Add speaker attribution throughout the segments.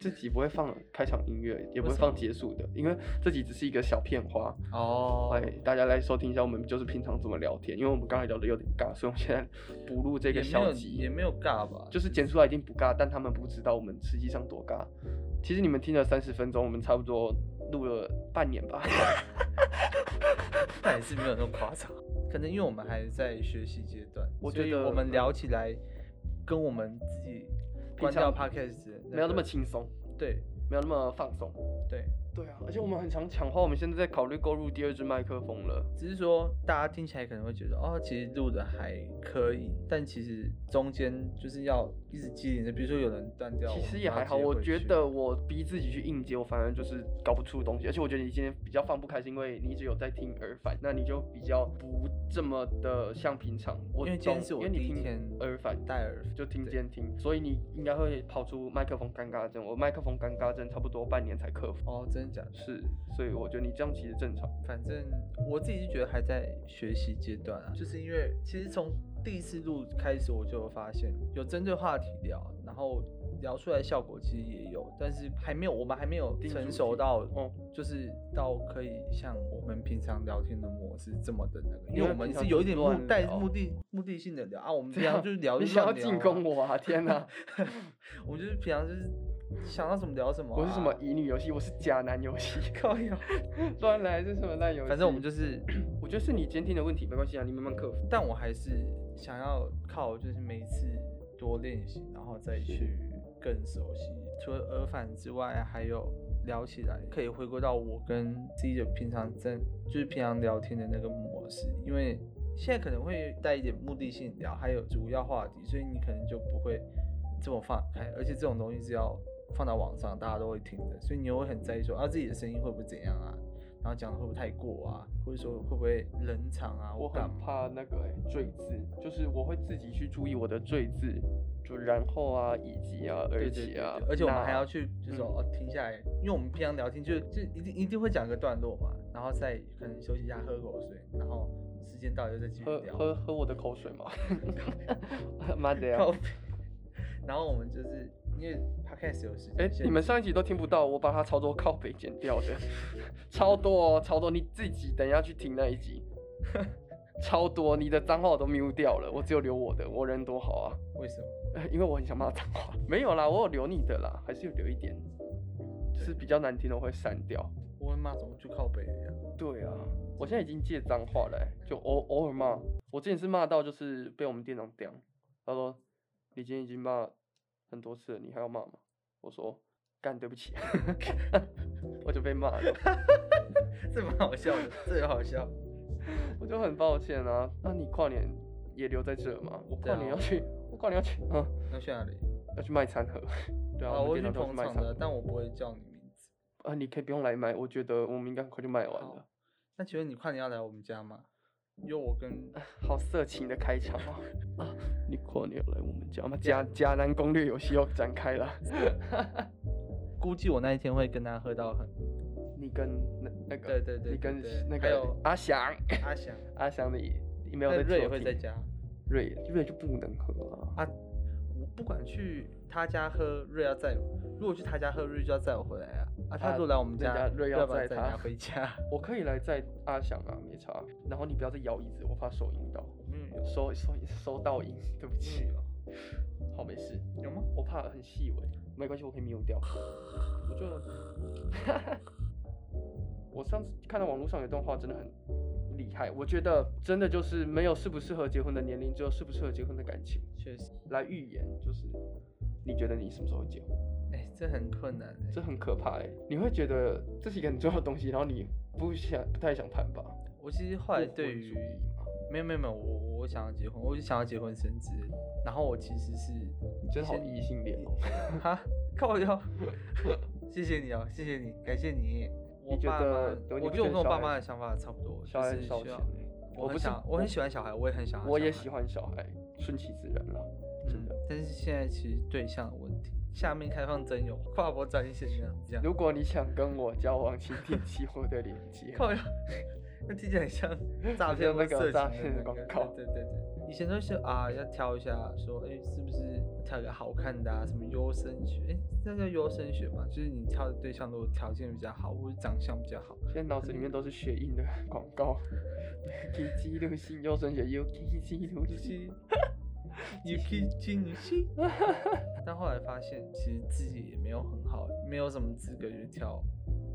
Speaker 1: 这集不会放开场音乐，也不会放结束的，因为这集只是一个小片花。
Speaker 2: 哦，
Speaker 1: 哎，大家来收听一下我们就是平常怎么聊天，因为我们刚才聊的有点尬，所以我们现在补录这
Speaker 2: 也
Speaker 1: 个
Speaker 2: 没有
Speaker 1: 小集，
Speaker 2: 也没有尬吧，
Speaker 1: 就是剪出来已经不尬，但他们不知道我们实际上多尬。其实你们听了三十分钟，我们差不多录了半年吧。
Speaker 2: 但也是没有那么夸张。可能因为我们还在学习阶段，
Speaker 1: 我
Speaker 2: 所以
Speaker 1: 觉得嗯
Speaker 2: 我们聊起来跟我们自己关掉 podcast 的
Speaker 1: 没有那么
Speaker 2: 个
Speaker 1: 轻松，
Speaker 2: 对
Speaker 1: 没有那么放松。
Speaker 2: 对，
Speaker 1: 对啊，而且我们很常抢话，我们现在在考虑购入第二支麦克风了。
Speaker 2: 只是说大家听起来可能会觉得哦，其实录的还可以，但其实中间就是要一直积累的，比如说有人断掉，
Speaker 1: 其
Speaker 2: 我
Speaker 1: 实
Speaker 2: 们
Speaker 1: 也
Speaker 2: 要
Speaker 1: 还好，
Speaker 2: 接
Speaker 1: 我
Speaker 2: 回
Speaker 1: 觉
Speaker 2: 去
Speaker 1: 得我逼自己去应接，我反而就是搞不出东西。而且我觉得你今天比较放不开，是因为你一直有在听耳返，那你就比较不这么的像平常。我
Speaker 2: 因为今天
Speaker 1: 懂
Speaker 2: 是我
Speaker 1: 因为
Speaker 2: 第
Speaker 1: 你
Speaker 2: 一
Speaker 1: 听
Speaker 2: 天
Speaker 1: 耳返，
Speaker 2: 戴耳返
Speaker 1: 就听
Speaker 2: 对
Speaker 1: 监听，所以你应该会跑出麦克风尴尬症。我麦克风尴尬症差不多半年才克服。
Speaker 2: 哦，真的假的？
Speaker 1: 是，所以我觉得你这样其实正常。
Speaker 2: 反正我自己是觉得还在学习阶段啊，就是因为其实从第一次录开始，我就有发现有针对话题聊，然后聊出来的效果其实也有，但是还没有我们还没有
Speaker 1: 定
Speaker 2: 成
Speaker 1: 主
Speaker 2: 熟
Speaker 1: 题
Speaker 2: 到，
Speaker 1: 哦
Speaker 2: 就是到可以像我们平常聊天的模式这么的那个，
Speaker 1: 因
Speaker 2: 因为
Speaker 1: 为
Speaker 2: 我们
Speaker 1: 平
Speaker 2: 是
Speaker 1: 常
Speaker 2: 有一
Speaker 1: 就
Speaker 2: 点
Speaker 1: 是
Speaker 2: 目
Speaker 1: 乱
Speaker 2: 带
Speaker 1: 聊
Speaker 2: 目的目的性的聊啊，我们
Speaker 1: 这
Speaker 2: 平常
Speaker 1: 样
Speaker 2: 就是聊
Speaker 1: 你
Speaker 2: 就
Speaker 1: 想要
Speaker 2: 乱
Speaker 1: 进
Speaker 2: 聊啊
Speaker 1: 攻，我啊！天哪，
Speaker 2: 我们就是平常就是想到什么聊什么、啊，
Speaker 1: 我是什么乙女游戏，我是假男游戏，
Speaker 2: 靠呀，
Speaker 1: 乱来是什么烂游戏？
Speaker 2: 反正我们就是。
Speaker 1: 我觉得是你监听的问题，没关系啊，你慢慢克服。
Speaker 2: 但我还是想要靠就是每一次多练习，然后再去更熟悉。除了耳返之外，还有聊起来可以回归到我跟自己的平常在就是平常聊天的那个模式，因为现在可能会带一点目的性聊，还有主要话题，所以你可能就不会这么放开，而且这种东西是要放到网上大家都会听的，所以你又会很在意说啊自己的声音会不会怎样啊，然后讲的会不会太过啊，或者说会不会冷场啊，
Speaker 1: 我
Speaker 2: 或
Speaker 1: 很
Speaker 2: 干嘛。
Speaker 1: 怕那个、欸、赘字，就是我会自己去注意我的赘字，就然后啊，以及啊，而
Speaker 2: 对对
Speaker 1: 且
Speaker 2: 对
Speaker 1: 啊
Speaker 2: 对，而且我们
Speaker 1: 那
Speaker 2: 还要去，就是说、
Speaker 1: 嗯
Speaker 2: 哦，停下来，因为我们平常聊天就就一定一定会讲个段落嘛，然后再可能休息一下，喝口水，然后时间到了就再继续
Speaker 1: 喝
Speaker 2: 聊。
Speaker 1: 喝喝我的口水嘛， 妈 的呀！
Speaker 2: 靠背 然后我们就是因为 podcast 有时间
Speaker 1: 哎、
Speaker 2: 限制，
Speaker 1: 你们上一集都听不到，我把它超多靠北剪掉的， 超多哦，超多，你自己等一下去听那一集， 超多，你的脏话我都 mute 掉了，我只有留我的，我人多好啊，
Speaker 2: 为什么？
Speaker 1: 呃因为我很想骂脏话， 没有啦，我有留你的啦，还是有留一点，就是比较难听的我会删掉。
Speaker 2: 我会骂怎么去靠北一样？
Speaker 1: 对啊，我现在已经戒脏话了欸、就偶偶尔骂。我之前是骂到就是被我们店长刁，他说你今天已经骂很多次了，你还要骂吗？我说干，对不起， 我就被骂了，
Speaker 2: 这蛮好笑的，这也好笑。
Speaker 1: 我就很抱歉啊。那你跨年也留在这吗？我
Speaker 2: 对
Speaker 1: 跨
Speaker 2: 啊
Speaker 1: 年要去，我跨年要去，嗯，
Speaker 2: 要去哪里？
Speaker 1: 要去卖餐盒。 对啊，
Speaker 2: 啊，我
Speaker 1: 我
Speaker 2: 会
Speaker 1: 们
Speaker 2: 去
Speaker 1: 店长说
Speaker 2: 捧
Speaker 1: 卖
Speaker 2: 场
Speaker 1: 餐
Speaker 2: 的
Speaker 1: 盒，。
Speaker 2: 但我不会叫你名字。
Speaker 1: 啊，你可以不用来买，我觉得我们应该很快就卖完
Speaker 2: 好
Speaker 1: 了。
Speaker 2: 那请问你快点要来我们家吗？因为我跟
Speaker 1: 好色情的开场哦！啊，你跨年有来我们家吗？假假男攻略游戏又展开了。
Speaker 2: 估计我那一天会跟他喝到很
Speaker 1: 你跟那那个，
Speaker 2: 对对对
Speaker 1: 你跟
Speaker 2: 对对
Speaker 1: 那
Speaker 2: 还
Speaker 1: 个
Speaker 2: 有
Speaker 1: 阿翔，
Speaker 2: 阿翔，
Speaker 1: 阿翔的也也没有
Speaker 2: 但
Speaker 1: 在
Speaker 2: 瑞也
Speaker 1: 抽
Speaker 2: 会
Speaker 1: 屉
Speaker 2: 在，家。
Speaker 1: 瑞瑞就不能喝啊。
Speaker 2: 啊，我不管去他家喝，瑞要载我；如果去他家喝，瑞就要载我回来啊。啊，他
Speaker 1: 啊
Speaker 2: 如果来我们
Speaker 1: 人
Speaker 2: 家，
Speaker 1: 家瑞要
Speaker 2: 要不
Speaker 1: 载
Speaker 2: 载
Speaker 1: 他
Speaker 2: 他 回家？
Speaker 1: 我可以来载阿翔啊，没差。然后你不要再摇椅子，我怕手淫到，
Speaker 2: 没有有
Speaker 1: 收收收到音，对不起
Speaker 2: 嗯
Speaker 1: 啊。好，没事，
Speaker 2: 有吗？
Speaker 1: 我怕很细微，没关系，我可以 mute 掉。我就，我上次看到网络上有一段话真的很厉害，我觉得真的就是没有适不适合结婚的年龄，只有适不适合结婚的感情。
Speaker 2: 确实，
Speaker 1: 来预言，就是你觉得你什么时候会结婚，
Speaker 2: 哎、这很困难、欸。
Speaker 1: 这很可怕哎、你会觉得这是一个很重要的东西，然后你不想不太想谈吧？
Speaker 2: 我其实后来
Speaker 1: 不婚
Speaker 2: 对
Speaker 1: 主
Speaker 2: 于
Speaker 1: 义嘛
Speaker 2: 没有没有没有，我我想要结婚，我就想要结婚生子。然后我其实是
Speaker 1: 你真好异性恋哦。
Speaker 2: 哈靠腰，谢谢你哦，谢谢你，感谢你。我
Speaker 1: 你觉
Speaker 2: 爸
Speaker 1: 得
Speaker 2: 妈
Speaker 1: 对你
Speaker 2: 我
Speaker 1: 不觉
Speaker 2: 觉得我
Speaker 1: 得
Speaker 2: 跟我
Speaker 1: 小
Speaker 2: 爸
Speaker 1: 孩
Speaker 2: 妈的想法差不多，
Speaker 1: 小
Speaker 2: 就
Speaker 1: 孩
Speaker 2: 是
Speaker 1: 很烧
Speaker 2: 需
Speaker 1: 钱
Speaker 2: 要。
Speaker 1: 欸，
Speaker 2: 我
Speaker 1: 不
Speaker 2: 很
Speaker 1: 是
Speaker 2: 想，我很喜欢小孩，我也很想要小孩。
Speaker 1: 我也喜欢小孩，顺其自然啦，真的
Speaker 2: 啊嗯。，但是现在其实对象的问题，下面开放真有跨国专线这样这样。
Speaker 1: 如果你想跟我交往，请点击我的链接。
Speaker 2: 靠呀， 那听起来 很像诈
Speaker 1: 很
Speaker 2: 骗
Speaker 1: 像
Speaker 2: 或
Speaker 1: 那个
Speaker 2: 色
Speaker 1: 诈
Speaker 2: 情
Speaker 1: 骗
Speaker 2: 那
Speaker 1: 的广
Speaker 2: 个
Speaker 1: 告
Speaker 2: 对对对对，以前都是啊要挑一下，说哎、是不是挑一个好看的啊，什么优生学，哎、那叫优生学嘛，就是你挑的对象如果条件比较好，或者长相比较好，
Speaker 1: 现在脑子里面都是血印的广告，给记录性优生学，有给记录
Speaker 2: 就
Speaker 1: 性
Speaker 2: 是你可以进 去。但后来发现，其实自己也没有很好，没有什么资格去挑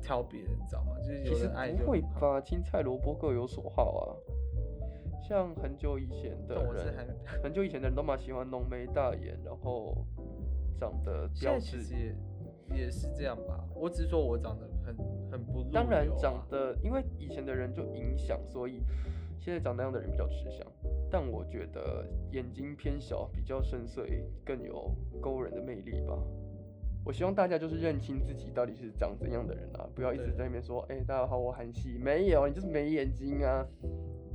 Speaker 2: 挑别人，你知道吗？就是
Speaker 1: 其
Speaker 2: 有
Speaker 1: 实
Speaker 2: 人爱就
Speaker 1: 不会
Speaker 2: 很好
Speaker 1: 吧，青菜萝卜各有所好啊。像很久以前的
Speaker 2: 但我是还
Speaker 1: 人，很久以前的人都蛮喜欢浓眉大眼，然后长得
Speaker 2: 现
Speaker 1: 标
Speaker 2: 在其
Speaker 1: 致
Speaker 2: 实。也也是这样吧。我只是说我长得很很不入流啊、
Speaker 1: 当然长得，因为以前的人就影响，所以现在长那样的人比较吃香。但我觉得眼睛偏小，比较深邃，更有勾人的魅力吧。我希望大家就是认清自己到底是长怎样的人啊，不要一直
Speaker 2: 对
Speaker 1: 在那边说，哎、大家好，我韩系，没有，你就是没眼睛啊，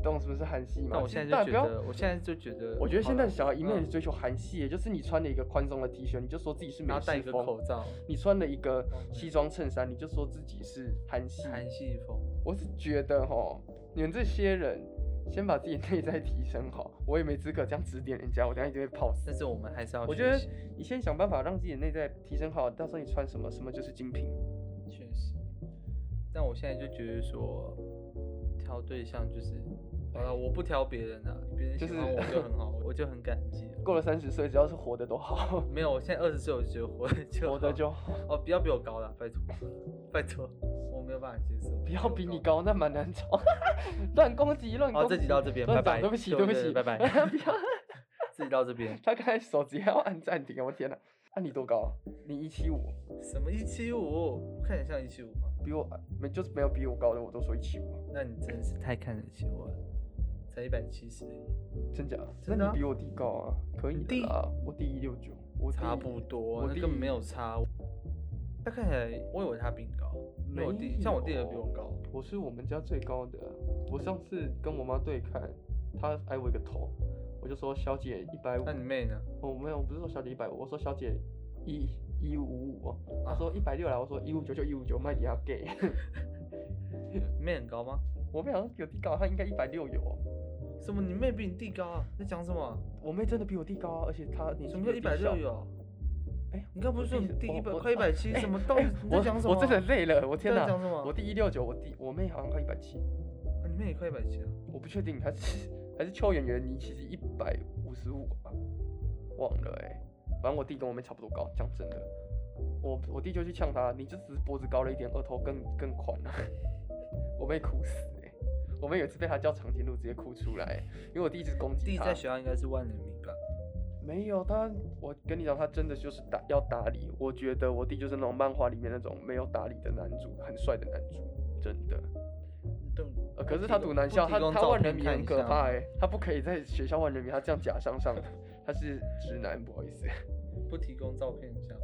Speaker 1: 懂什么是韩系吗？
Speaker 2: 但我
Speaker 1: 其实
Speaker 2: 现
Speaker 1: 大家
Speaker 2: 在就
Speaker 1: 不要
Speaker 2: 觉得，我现在就觉得，嗯
Speaker 1: 我觉得现在的小孩一
Speaker 2: 一
Speaker 1: 面
Speaker 2: 面
Speaker 1: 是追求韩系，也就是你穿了一个宽松的 T 恤，你就说自己是美
Speaker 2: 然后戴一
Speaker 1: 式
Speaker 2: 个
Speaker 1: 风；
Speaker 2: 口罩，
Speaker 1: 你穿了一个
Speaker 2: 对
Speaker 1: 西装衬衫，你就说自己是韩系。
Speaker 2: 韩系风。
Speaker 1: 我是觉得哈，你们这些人先把自己内在提升好，我也没资格这样指点人家，我等下一定会泡死
Speaker 2: 但。是我们还是要
Speaker 1: 我
Speaker 2: 学习，
Speaker 1: 觉得你先想办法让自己的内在提升好，到时候你穿什么什么就是精品。
Speaker 2: 确实。但我现在就觉得说，挑对象就是，好了，我不挑别人啊，别人
Speaker 1: 就
Speaker 2: 喜
Speaker 1: 是
Speaker 2: 欢我就很好，我就很感激了。
Speaker 1: 过了三十岁，只要是活的都好，
Speaker 2: 没有，我现在二十岁，我就觉得活得就
Speaker 1: 活的
Speaker 2: 好
Speaker 1: 就好，
Speaker 2: 哦，不要比我高了，拜托， 拜托，我没有办法接受。
Speaker 1: 不
Speaker 2: 我
Speaker 1: 要比你
Speaker 2: 高。
Speaker 1: 高，那蛮难找。 乱攻击，乱攻
Speaker 2: 好，
Speaker 1: 击。
Speaker 2: 这集到这边，拜
Speaker 1: 乱讲
Speaker 2: 拜。
Speaker 1: 对不起，对不起，。
Speaker 2: 拜拜
Speaker 1: 不要。
Speaker 2: 这集到这边，
Speaker 1: 他刚才手机还要按暂停，我天哪！那、你多高啊？你一七五，
Speaker 2: 什么一七五？我看起来像一七五吗？
Speaker 1: 比我没就是没有比我高的，我都说一七五啊，
Speaker 2: 那你真的是太看得起我了，才一百七十，
Speaker 1: 真假的？
Speaker 2: 真的
Speaker 1: 那
Speaker 2: 啊
Speaker 1: 你比我低高啊，可以
Speaker 2: 你
Speaker 1: 的
Speaker 2: 低
Speaker 1: 啦，我低一六九，我
Speaker 2: 差
Speaker 1: 低
Speaker 2: 不
Speaker 1: 嗯我
Speaker 2: 多，那
Speaker 1: 弟
Speaker 2: 根本没有差。他看起来，我以为他比你高，因为我弟像我弟也比我
Speaker 1: 没有
Speaker 2: 高。
Speaker 1: 我是我们家最高的。我上次跟我妈对看，她矮我一个头，我就说小姐一百五
Speaker 2: 那，你妹呢？
Speaker 1: 我没有，我不是说小姐一百五，我说小姐一一五五，她
Speaker 2: 啊
Speaker 1: 说一百六啦，我说一五九就一五九，卖你要给。
Speaker 2: 你妹很高吗？
Speaker 1: 我妹好像比我弟高，她应该一百六有哦。
Speaker 2: 什么？你妹比你弟高啊？在讲什么？
Speaker 1: 我妹真的比我弟高啊，而且她年纪
Speaker 2: 什么叫
Speaker 1: 比
Speaker 2: 一
Speaker 1: 我
Speaker 2: 百
Speaker 1: 弟小
Speaker 2: 六？有？
Speaker 1: 哎，
Speaker 2: 你刚不
Speaker 1: 我
Speaker 2: 是说你
Speaker 1: 弟
Speaker 2: 弟
Speaker 1: 我
Speaker 2: 一百
Speaker 1: 我
Speaker 2: 快一百七？
Speaker 1: 哎
Speaker 2: 什么到底你
Speaker 1: 我
Speaker 2: 在讲什么？啊
Speaker 1: 我真的累了，我天
Speaker 2: 在
Speaker 1: 哪！
Speaker 2: 讲什么
Speaker 1: 我弟一六九，我弟我妹好像快一百七，
Speaker 2: 啊你妹也快一百七啊？
Speaker 1: 我不确定还是还是邱演员，你其实一百五十五吧，忘了哎、反正我弟跟我妹差不多高，讲真的，我我弟就去呛他，你就只是脖子高了一点，额头更更宽了、 我妹哭死哎、我妹有一次被他叫长颈鹿，直接哭出来欸、因为我弟一直攻击
Speaker 2: 弟
Speaker 1: 他。
Speaker 2: 在学校应该是万人迷吧？
Speaker 1: 没有他，我跟你讲，他真的就是打要打理。我觉得我弟就是那种漫画里面那种没有打理的男主，很帅的男主，真的。
Speaker 2: 对
Speaker 1: 呃，
Speaker 2: 不
Speaker 1: 可是
Speaker 2: 提
Speaker 1: 他
Speaker 2: 供
Speaker 1: 读男
Speaker 2: 不
Speaker 1: 校，
Speaker 2: 提
Speaker 1: 他
Speaker 2: 供
Speaker 1: 他
Speaker 2: 照
Speaker 1: 万人
Speaker 2: 片
Speaker 1: 迷
Speaker 2: 看
Speaker 1: 很
Speaker 2: 一
Speaker 1: 可
Speaker 2: 下
Speaker 1: 怕
Speaker 2: 吗
Speaker 1: 哎、他不可以在学校万人迷，他这样假上上的，他是直男，不好意思。
Speaker 2: 不提供照片一下，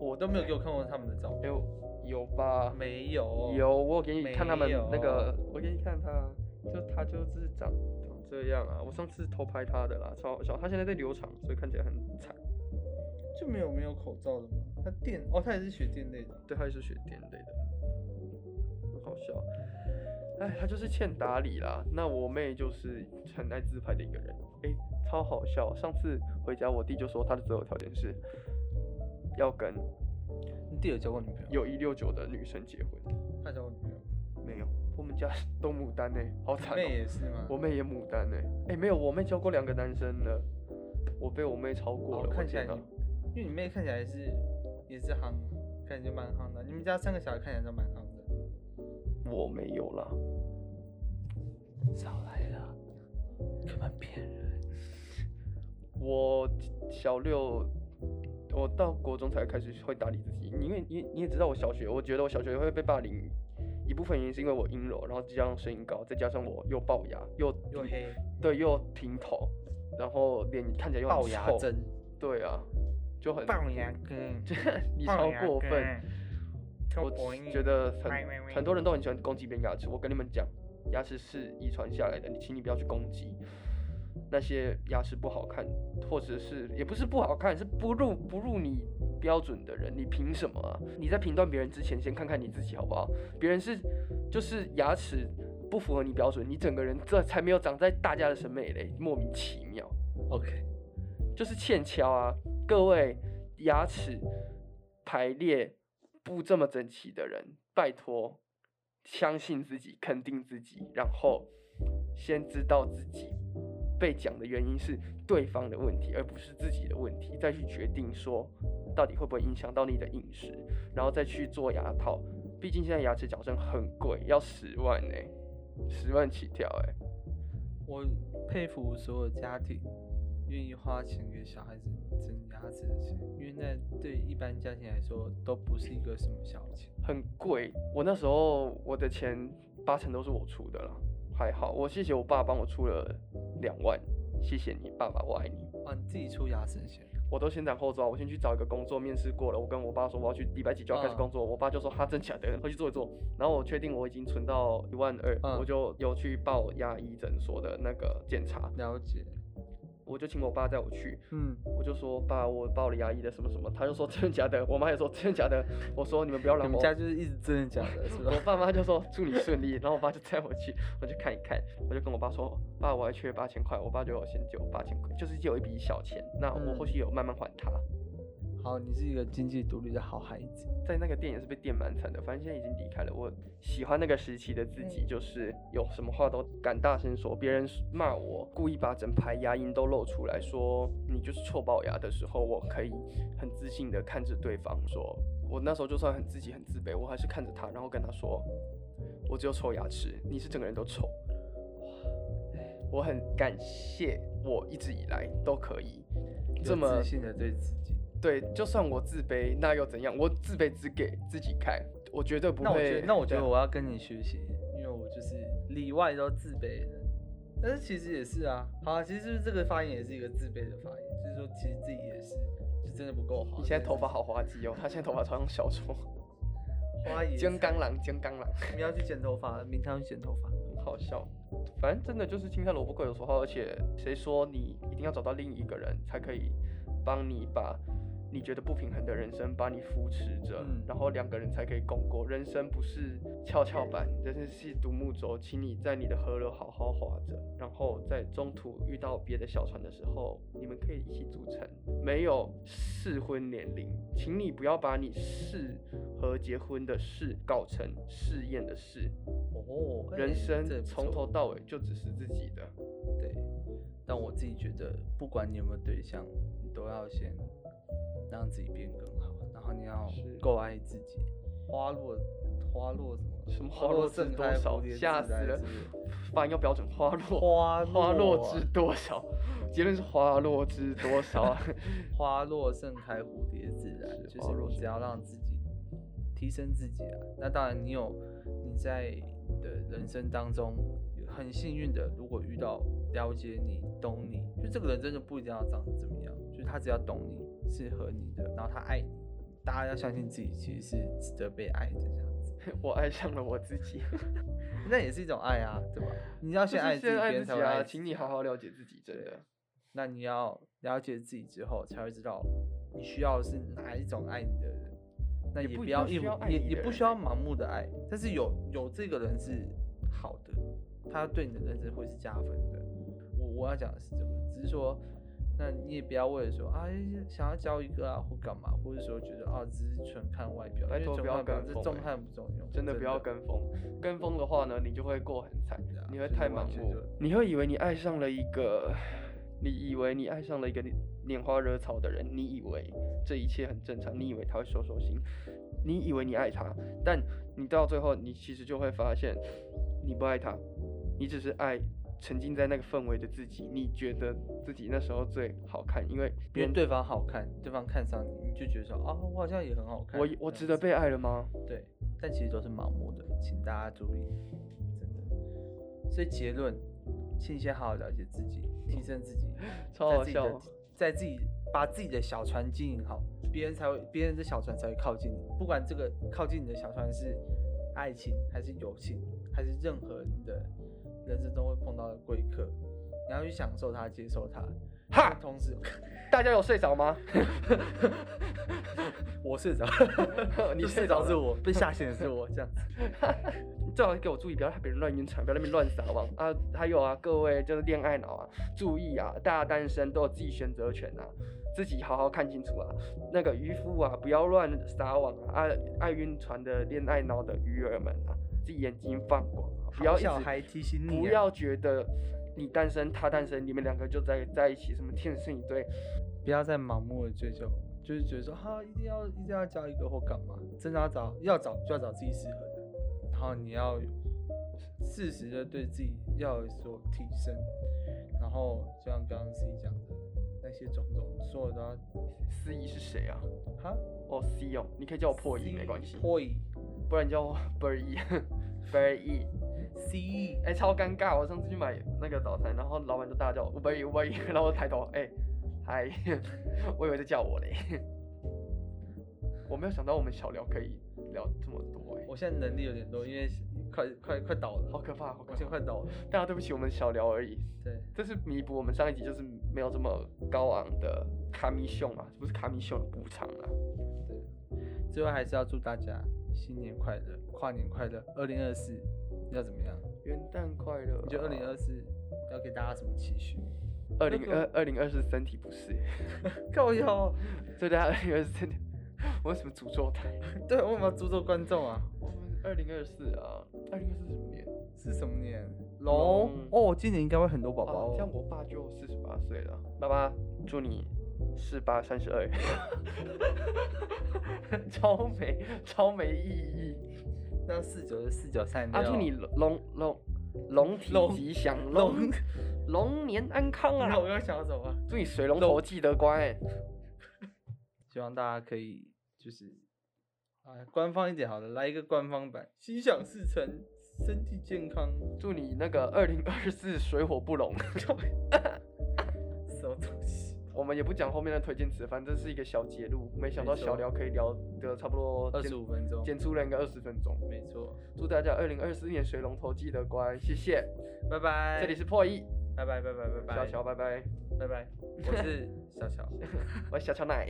Speaker 1: 我
Speaker 2: 我都没 有给我看过他们的照
Speaker 1: 哎
Speaker 2: 片。
Speaker 1: 呦、有吧？
Speaker 2: 没有，
Speaker 1: 有，我有给你看他们
Speaker 2: 没有
Speaker 1: 那个，我给你看他，就他就是长长这样啊。我上次偷拍他的啦，超好笑。他现在在留长，所以看起来很惨。
Speaker 2: 就没有没有口罩的吗？他电哦，他也是学电类的。
Speaker 1: 对，他也是学电类的，很好笑。哎，他就是欠打理啦。那我妹就是很爱自拍的一个人，哎、超好笑。上次回家，我弟就说他的择偶条件是要跟
Speaker 2: 你弟有交过女朋友？
Speaker 1: 有一六九的女生结婚。
Speaker 2: 有，他交过女朋友。
Speaker 1: 没有，我们家 都牡丹呢、好
Speaker 2: 你
Speaker 1: 惨、
Speaker 2: 妹
Speaker 1: 哦。
Speaker 2: 也是吗？
Speaker 1: 我妹也牡丹呢、哎、没有，我妹交过两个男生了，我被我妹超过
Speaker 2: 哦
Speaker 1: 了。我
Speaker 2: 看起来
Speaker 1: 天哪
Speaker 2: 你，因为你妹看起来是也是夯，啊看起来就蛮夯的。你们家三个小孩看起来都蛮夯的。
Speaker 1: 我没有啦。
Speaker 2: 少来了，根本骗人。
Speaker 1: 我小六，我到国中才开始会打理自己，因为你你也知道，我小学，我觉得我小学会被霸凌，一部分原因是因为我阴柔，然后加上声音高，再加上我又龅牙，又
Speaker 2: 又
Speaker 1: 低
Speaker 2: 黑，
Speaker 1: 对，又平头，然后脸看起来又很
Speaker 2: 龅牙
Speaker 1: 臭
Speaker 2: 针，
Speaker 1: 对啊，就很
Speaker 2: 龅牙根，
Speaker 1: 你超
Speaker 3: 超过
Speaker 1: 过
Speaker 3: 分
Speaker 1: 分，，我
Speaker 3: 我
Speaker 1: 觉
Speaker 3: 觉得
Speaker 1: 得
Speaker 3: 喂喂
Speaker 1: 很
Speaker 3: 喂
Speaker 1: 很多人都很喜欢攻击别人牙齿。我跟你们讲，牙齿是遗传下来的，你请你不要去攻击那些牙齿不好看，或者是也不是不好看，是不入不入你标准的人，你凭什么啊？你在评断别人之前，先看看你自己好不好？别人是就是牙齿不符合你标准，你整个人这才没有长在大家的审美嘞，莫名其妙，
Speaker 2: OK，
Speaker 1: 就是欠敲啊！各位牙齿排列不这么整齐的人，拜托，相信自己，肯定自己，然后先知道自己被讲的原因是对方的问题，而不是自己的问题，再去决定说到底会不会影响到你的饮食，然后再去做牙套。毕竟现在牙齿矫正很贵，要十万呢、十万起跳哎、
Speaker 2: 我佩服所有家庭愿意花钱给小孩子整牙齿的钱，因为那对一般家庭来说都不是一个什么小钱。
Speaker 1: 很贵。我那时候我的钱八成都是我出的了，还好我谢谢我爸帮我出了两万，谢谢你爸爸，我爱你。
Speaker 2: 啊，你自己出牙齿的钱，
Speaker 1: 我都先斩后奏，我先去找一个工作，面试过了。我跟我爸说我要去礼拜几就要开始
Speaker 2: 嗯
Speaker 1: 工作，我爸就说他真假的，回去做一做。然后我确定我已经存到一万二、
Speaker 2: 嗯
Speaker 1: 我就有去报牙医诊所的那个检查，
Speaker 2: 了解。
Speaker 1: 我就请我爸带我去。
Speaker 2: 嗯，
Speaker 1: 我就说爸，我报了牙医的什么什么，他就说真的假的，我妈也说真的假的。我说你们不要
Speaker 2: 你
Speaker 1: 拦
Speaker 2: 们
Speaker 1: 我，
Speaker 2: 家就是一直真的假的，是 吧
Speaker 1: 我？爸妈就说祝你顺利，然后我爸就带我去，我去看一看，我就跟我爸说，爸，我还缺八千块，我爸就有先借我八千块，就是借我一笔小钱，那我后
Speaker 2: 嗯
Speaker 1: 续有慢慢还他。
Speaker 2: 好，你是一个经济独立的好孩子。
Speaker 1: 在那个店也是被店蛮惨的，反正现在已经离开了。我喜欢那个时期的自己，就是有什么话都敢大声说，别人骂我，故意把整排牙龈都露出来说你就是臭龅牙的时候，我可以很自信的看着对方说，我那时候就算很自己很自卑，我还是看着他，然后跟他说，我只有臭牙齿，你是整个人都臭。我很感谢我一直以来都可以这
Speaker 2: 有
Speaker 1: 么
Speaker 2: 自信的对自己。
Speaker 1: 对，就算我自卑，那又怎样？我自卑只给自己看，我绝对不
Speaker 2: 那我觉
Speaker 1: 会。
Speaker 2: 得，那我觉
Speaker 1: 对啊
Speaker 2: 得我要跟你学习，因为我就是里外都自卑的人。但是其实也是啊，好啊，其实就是这个发言也是一个自卑的发言，就是说其实自己也是，就真的不够好。
Speaker 1: 你现在头发好滑稽哦，他现在头发超像小丑，
Speaker 2: 花 也
Speaker 1: 金刚狼，金刚狼，
Speaker 2: 你要去剪头发，明天要去剪头发。
Speaker 1: 很好笑。反正真的就是青菜萝卜各有所好，而且谁说你一定要找到另一个人才可以帮你把你觉得不平衡的人生把你扶持着，
Speaker 2: 嗯
Speaker 1: 然后两个人才可以共过。人生不是跷跷板，人生是独木舟，请你在你的河流好好划着，然后在中途遇到别的小船的时候，你们可以一起组成。没有适婚年龄，请你不要把你适合结婚的事搞成试验的事。
Speaker 2: 哦，哎
Speaker 1: 人
Speaker 2: 这也
Speaker 1: 生
Speaker 2: 不
Speaker 1: 从
Speaker 2: 错
Speaker 1: 头到尾就只是自己的。
Speaker 2: 对，但我自己觉得，不管你有没有对象，你都要先让自己变更好，然后你要
Speaker 1: 是
Speaker 2: 够爱自己。花落花落什么？
Speaker 1: 什么花落知
Speaker 2: 盛
Speaker 1: 多
Speaker 2: 开
Speaker 1: 少
Speaker 2: 蝴蝶？自
Speaker 1: 吓死
Speaker 2: 来
Speaker 1: 了
Speaker 2: 之类！
Speaker 1: 发音要标准，花
Speaker 2: 的
Speaker 1: 落
Speaker 2: 花
Speaker 1: 花落
Speaker 2: 啊
Speaker 1: 知多少？结论是花落知多少 啊？
Speaker 2: 花落盛开，蝴蝶自来，
Speaker 1: 是
Speaker 2: 就
Speaker 1: 花
Speaker 2: 是
Speaker 1: 落
Speaker 2: 你
Speaker 1: 盛
Speaker 2: 只要让自己提升自己啊。那当然，你有你在你的人生当中很幸运的，如果遇到了解你、懂你，就这个人真的不一定要长怎么样，就是他只要懂你、适合你的，然后他爱你，大家要相信自己其实是值得被爱的这样子。
Speaker 1: 我爱上了我自己，
Speaker 2: 那也是一种爱啊，对吧？你要
Speaker 1: 就是
Speaker 2: 先爱自己，
Speaker 1: 先
Speaker 2: 别
Speaker 1: 爱
Speaker 2: 人
Speaker 1: 自
Speaker 2: 才
Speaker 1: 己
Speaker 2: 会爱
Speaker 1: 啊！
Speaker 2: 自
Speaker 1: 请你好好了解自己，真的。
Speaker 2: 那你要了解自己之后，才会知道你需要的是哪一种爱你的人。那
Speaker 1: 也
Speaker 2: 也
Speaker 1: 不一定
Speaker 2: 要
Speaker 1: 需
Speaker 2: 一
Speaker 1: 要
Speaker 2: 无
Speaker 1: 爱
Speaker 2: 也
Speaker 1: 你
Speaker 2: 也
Speaker 1: 的
Speaker 2: 不
Speaker 1: 人
Speaker 2: 需要
Speaker 1: 欸
Speaker 2: 盲目的爱，但是有有这个人是好的，他对你的人生会是加分的。我我要讲的是这个，只是说，那你也不要为了说啊想要交一个啊或干嘛，或者说觉得啊只是纯看外表，
Speaker 1: 拜
Speaker 2: 因为
Speaker 1: 托不
Speaker 2: 纯
Speaker 1: 要
Speaker 2: 看表
Speaker 1: 跟
Speaker 2: 这
Speaker 1: 风
Speaker 2: 重
Speaker 1: 欸
Speaker 2: 看不重用，
Speaker 1: 真的不要跟风，跟风的话呢，你就会过很惨
Speaker 2: 对啊，
Speaker 1: 你会
Speaker 2: 就是
Speaker 1: 太
Speaker 2: 完
Speaker 1: 盲
Speaker 2: 全
Speaker 1: 目
Speaker 2: 就，
Speaker 1: 你会以为你爱上了一个，你以为你爱上了一个拈花惹草的人，你以为这一切很正常，你以为他会收收心，你以为你爱他，但你到最后，你其实就会发现你不爱他，你只是爱沉浸在那个氛围的自己，你觉得自己那时候最好看，因为别
Speaker 2: 因为
Speaker 1: 人
Speaker 2: 对方好看，对方看上你，你就觉得说啊我好像也很好看，
Speaker 1: 我
Speaker 2: 这
Speaker 1: 我
Speaker 2: 样
Speaker 1: 值得
Speaker 2: 子
Speaker 1: 被爱了吗？
Speaker 2: 对，但其实都是盲目的，请大家注意，真的。所以结论，请先好好了解自己，提升自己，
Speaker 1: 超
Speaker 2: 在
Speaker 1: 好
Speaker 2: 自己的
Speaker 1: 笑，
Speaker 2: 在自己把自己的小船经营好，别人才会，别人的小船才会靠近你。不管这个靠近你的小船是爱情，还是友情，还是任何你的人生中会碰到的贵客，你要去享受它，接受它。哈，同 时
Speaker 1: 大家有睡着吗？，
Speaker 2: 我睡着 就
Speaker 1: 你睡
Speaker 2: 睡
Speaker 1: 着
Speaker 2: 着
Speaker 1: 了
Speaker 2: 是我，被吓醒的是我，这样子。
Speaker 1: 最好给我注意，不要让别人乱晕船，不要在那边乱撒网啊！还有啊，各位就是恋爱脑啊，注意啊，大家单身都有自己选择权啊，自己好好看清楚啊。那个渔夫啊，不要乱撒网啊，爱爱晕船的恋爱脑的鱼儿们啊，自己眼睛放光啊，不要一
Speaker 2: 小
Speaker 1: 直
Speaker 2: 孩提醒你，啊
Speaker 1: 不要觉得你单身他单身，你们两个就在在一起，什么天生一对，
Speaker 2: 不要再盲目的追求，就是觉得说哈、一定要一定要交一个或干嘛，真的要找要找就要找自己适合的，然后你要有适时的对自己要有所提升，然后就像刚刚自己讲的那些种种，所有都要
Speaker 1: 司仪是谁啊？
Speaker 2: 哈，
Speaker 1: 哦，C 哦，你可以叫我破译没关系，
Speaker 2: 破译
Speaker 1: 不然你叫我 b e r 译 b e r 译。
Speaker 2: C E，
Speaker 1: 哎、超尴尬！我上次去买那个早餐，然后老板就大叫五百一五百一， 然后我抬头，哎、嗨， 我以为在叫我嘞。 我没有想到我们小聊可以聊这么多、哎，
Speaker 2: 我现在能力有点弱，因为快快快倒了，
Speaker 1: 好可怕，好可
Speaker 2: 我现在
Speaker 1: 怕！
Speaker 2: 快倒了，
Speaker 1: 大家对不起，我们小聊而已，
Speaker 2: 对，
Speaker 1: 这是弥补我们上一集就是没有这么高昂的卡米熊啊，不是卡米熊的补偿啊。
Speaker 2: 对，最后还是要祝大家新年快乐，跨年快乐，二零二四要怎么样？
Speaker 1: 元旦快乐啊！
Speaker 2: 你觉得二零二四要给大家什么期 许？
Speaker 1: 二零二二零二是身体不适，
Speaker 2: 够哟！
Speaker 1: 所以大家二零二四，我为什么诅咒他？
Speaker 2: 对，我们要诅咒观众啊！
Speaker 1: 我们二零二四啊，二零二四什么年？
Speaker 2: 是什么年？
Speaker 1: 龙
Speaker 2: 龙哦，今年应该会很多宝宝、
Speaker 1: 啊
Speaker 2: 哦。
Speaker 1: 像我爸就四十八岁了，爸爸祝你四八三十 二，超没超没意义。
Speaker 2: 那四九是四九三六。
Speaker 1: 啊，祝 你龙龙龙体
Speaker 2: 龙
Speaker 1: 吉祥，龙啊
Speaker 2: 龙，
Speaker 1: 龙年安康啊
Speaker 2: 那！我要想什么？
Speaker 1: 祝你水龙头记得关、欸。
Speaker 2: 希望大家可以就是啊，官方一点好了，来一个官方版，心想事成，身体健康。
Speaker 1: 祝你那个二零二四水火不容。
Speaker 2: 什么东西？
Speaker 1: 我们也不讲后面的推荐词，反正是一个小节录。没想到
Speaker 2: 没错
Speaker 1: 小聊可以聊得差不多
Speaker 2: 二十五分钟。
Speaker 1: 剪出了应该二十分钟。
Speaker 2: 没错。
Speaker 1: 祝大家二零二四年水龙头记得关，谢谢。
Speaker 2: 拜拜。
Speaker 1: 这里是破译，
Speaker 2: 拜拜拜拜拜拜。
Speaker 1: 小乔，拜拜。
Speaker 2: 拜拜。我是小乔。
Speaker 1: 我是小乔奶。